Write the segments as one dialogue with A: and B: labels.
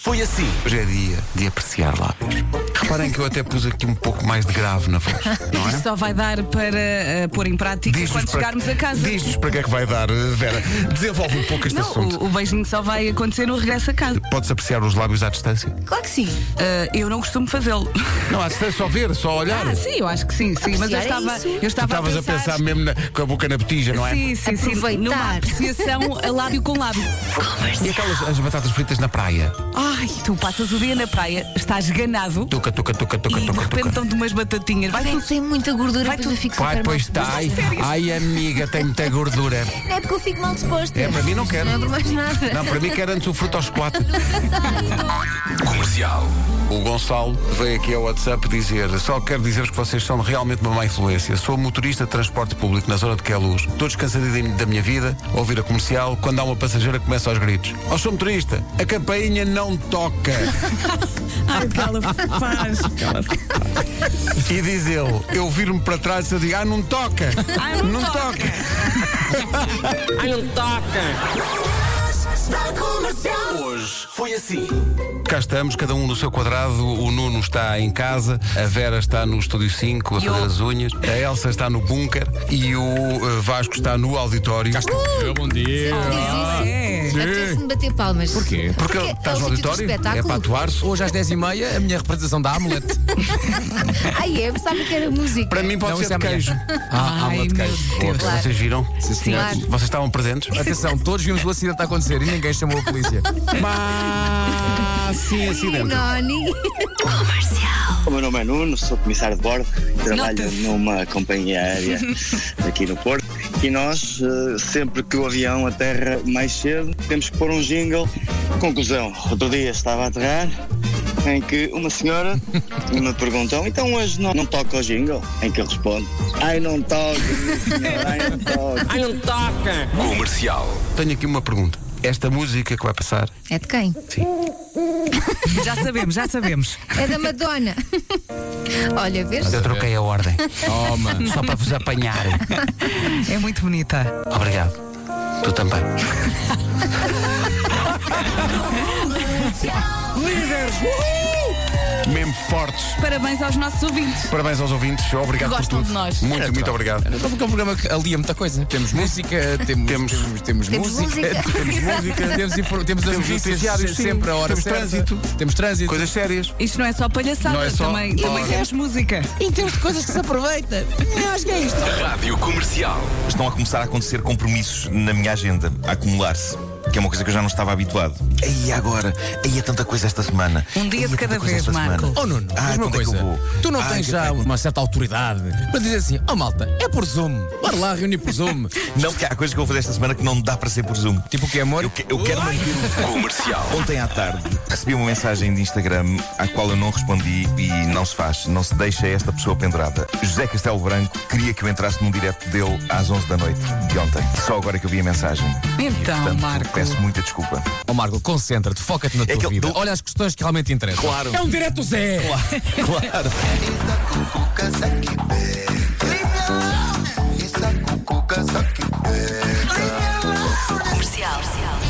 A: Foi assim.
B: Hoje é dia de apreciar lábios. Reparem que eu até pus aqui um pouco mais de grave na voz, não é?
C: Só vai dar para eh, pôr em prática
B: Diz-nos
C: quando
B: para-
C: chegarmos a casa.
B: Diz-nos para que é que vai dar, eh, Vera. Desenvolve um pouco este
C: Não,
B: assunto.
C: o, o beijinho só vai acontecer no regresso a casa.
B: Podes apreciar os lábios à distância?
D: Claro que sim.
C: Eh, eu não costumo fazê-lo.
B: Não, à distância, só ver, só olhar.
C: Ah, sim, eu acho que sim, sim. Mas eu
D: Apreciar é
C: estava,
D: isso?
C: eu
B: tu
C: estava
B: estavas a pensar, mesmo na- com a boca na botija, não é?
C: Sim, sim, sim.
D: Aproveitar.
C: Numa apreciação a lábio com lábio.
B: E aquelas as batatas fritas na praia?
C: Ai, tu passas o dia na praia, estás ganado
B: Tuca, tuca, tuca, tuca,
C: e de
B: tuca,
C: repente
B: tuca.
C: estão-te umas batatinhas. Vai
D: Vai
C: tu
D: tu tem muita gordura,
C: Vai
D: depois eu
C: tudo.
D: fico super
B: Vai,
D: mal
B: pois está.
D: disposta.
B: Ai, ai, amiga, tem muita gordura.
D: Não é porque eu fico mal disposta.
B: É, para mim não quero.
D: Não é por mais nada.
B: Não, para mim quer antes o fruto ao chocolate.
A: Comercial.
B: O Gonçalo veio aqui ao WhatsApp dizer Só quero dizer-vos que vocês são realmente uma má influência Sou motorista de transporte público na zona de Queluz Estou descansadinho da minha vida a Ouvir a comercial Quando há uma passageira começa aos gritos Ó, sou motorista, a campainha não toca
C: Ai, o que ela faz.
B: E diz ele Eu viro-me para trás e eu digo Ah, não toca
C: Ah, não toca.
A: Hoje foi assim.
B: Cá estamos, cada um no seu quadrado. O Nuno está em casa, a Vera está no Estúdio 5 a fazer as unhas, a Elsa está no bunker e o eh, Vasco está no auditório.
E: Eu, bom dia.
D: Diz isso. Apetece-me bater palmas. Porquê?
B: Porque ele estás
D: é
B: no
D: o sítio do
B: auditório, é
D: espetáculo.
B: para atuar-se.
E: Hoje às 10h30, a minha representação da Amulet.
D: Ai, é, pensava que era música.
B: Para mim pode
E: Não,
B: ser
E: isso é
B: de
E: amanhã.
B: queijo.
E: Ah,
C: Ai,
E: Amulet de queijo.
C: meu
E: Boa.
C: Deus.
D: Claro.
B: Vocês viram?
E: Sim, senhor.
D: Claro.
B: Vocês estavam presentes?
E: Atenção, todos vimos o acidente a acontecer e ninguém chamou a polícia.
B: Mas sim, acidente.
D: Noni.
F: O meu nome é Nuno, sou comissário de bordo, trabalho
C: Nota-se.
F: numa companhia aérea aqui no Porto e nós, eh, sempre que o avião aterra mais cedo, temos que pôr um jingle. Conclusão, outro dia estava a aterrar em que uma senhora me perguntou então hoje não, não toca o jingle? Em que eu respondo, ai não toca, minha senhora, ai não toca.
A: Comercial.
B: Tenho aqui uma pergunta. Esta música que vai passar
D: É de quem?
C: Já sabemos, já sabemos.
D: É da Madonna. Olha, vês?
B: Eu troquei a ordem
E: Toma.
B: Só para vos apanhar
C: É muito bonita.
B: Obrigado Tu também Líderes uhul! Mesmo fortes
C: Parabéns aos nossos ouvintes.
B: Parabéns aos ouvintes, obrigado
C: Gostam
B: por tudo.
C: de nós.
B: Muito, muito obrigado.
E: Então, porque é um programa que alia muita coisa. Temos música, É, temos,
B: Temos-
E: temos, temos,
D: Temos música.
E: música, temos música, temos, info- temos as
B: Temos noticiários,
E: notícias
B: sim.
E: sempre a hora
B: Temos
E: certa.
B: trânsito.
E: Temos trânsito.
B: Coisas sérias.
C: Isto não é só palhaçada,
B: Não é só-
C: também, também
B: Ora.
C: temos música.
A: Rádio Comercial.
G: estão a começar a acontecer compromissos na minha agenda, a acumular-se. Que é uma coisa que eu já não estava habituado. Aí agora, aí é tanta coisa esta semana.
C: Um dia
G: Ei,
C: de
G: é
C: cada
G: tanta coisa
C: vez,
G: esta
C: Marco.
G: semana.
E: Oh Nuno,
G: Ah,
E: diz uma
G: quando é que eu
E: coisa.
G: vou?
E: tu não
G: Ai,
E: tens
G: que
E: já
G: tempo.
E: uma certa autoridade para dizer assim, oh malta, é por Zoom. Bora lá reunir por Zoom.
G: Oh, Não, porque há coisas que eu vou fazer esta semana que não dá para ser por Zoom.
E: Tipo o que, amor?
G: Eu, que- eu quero manter o
A: Comercial.
G: Ontem à tarde recebi uma mensagem de Instagram à qual eu não respondi e não se faz, não se deixa esta pessoa pendurada. José Castelo Branco queria que eu entrasse num direto dele às 11 da noite de ontem. Só agora que eu vi a mensagem. E,
C: Então, Marco.
G: Peço muita desculpa.
E: Ó Oh, Marco, concentra-te, foca-te na tua
G: É que eu-
E: vida.
G: eu-
E: Olha as questões que realmente interessam.
G: Claro.
E: É um direto Zé.
G: Claro.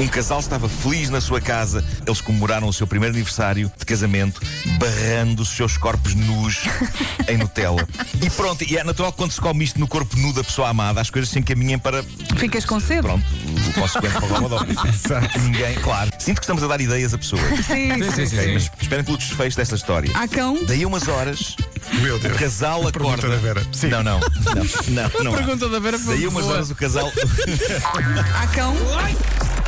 G: Um casal estava feliz na sua casa. Eles comemoraram o seu primeiro aniversário de casamento, barrando os seus corpos nus em Nutella. E pronto, e é natural que quando se come isto no corpo nu da pessoa amada, as coisas se encaminhem para
C: Ficas com sede?
G: pronto, o consequente para o Gomador. Ninguém, claro. Sinto que estamos a dar ideias a pessoas.
C: Sim,
E: Sim,
C: sim.
E: sim, sim. sim.
G: Mas esperem pelo desfecho desta história.
C: Há cão?
G: Daí a umas horas,
B: Ah. Meu
G: o casal acorda.
B: da Vera. Sim.
G: Não, não. Não, não. não há.
E: Pergunta da Vera foi
G: Daí a umas
E: boa.
G: horas o casal.
C: Há cão?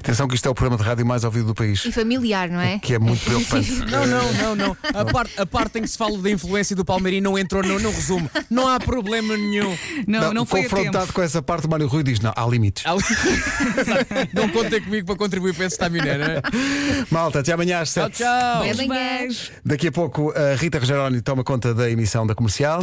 B: Atenção que isto é o programa de rádio mais ouvido do país.
D: E familiar, não é?
B: Que é muito preocupante.
E: Não, não, não, não. A parte, a parte em que se fala da influência do Palmeirinho não entrou no, no resumo. Não há problema nenhum.
C: Não, não, foi a tempo.
B: confrontado com essa parte, o Mário Rui diz: não, há limites.
E: Há- Exato. Não contem comigo para contribuir para esse estaminé, não é?
C: Ah.
B: Malta, até amanhã às
E: Tchau,
B: 7.
E: tchau.
D: Amanhã.
C: Beijos.
B: Daqui a pouco a Rita Rogeroni toma conta da emissão da comercial.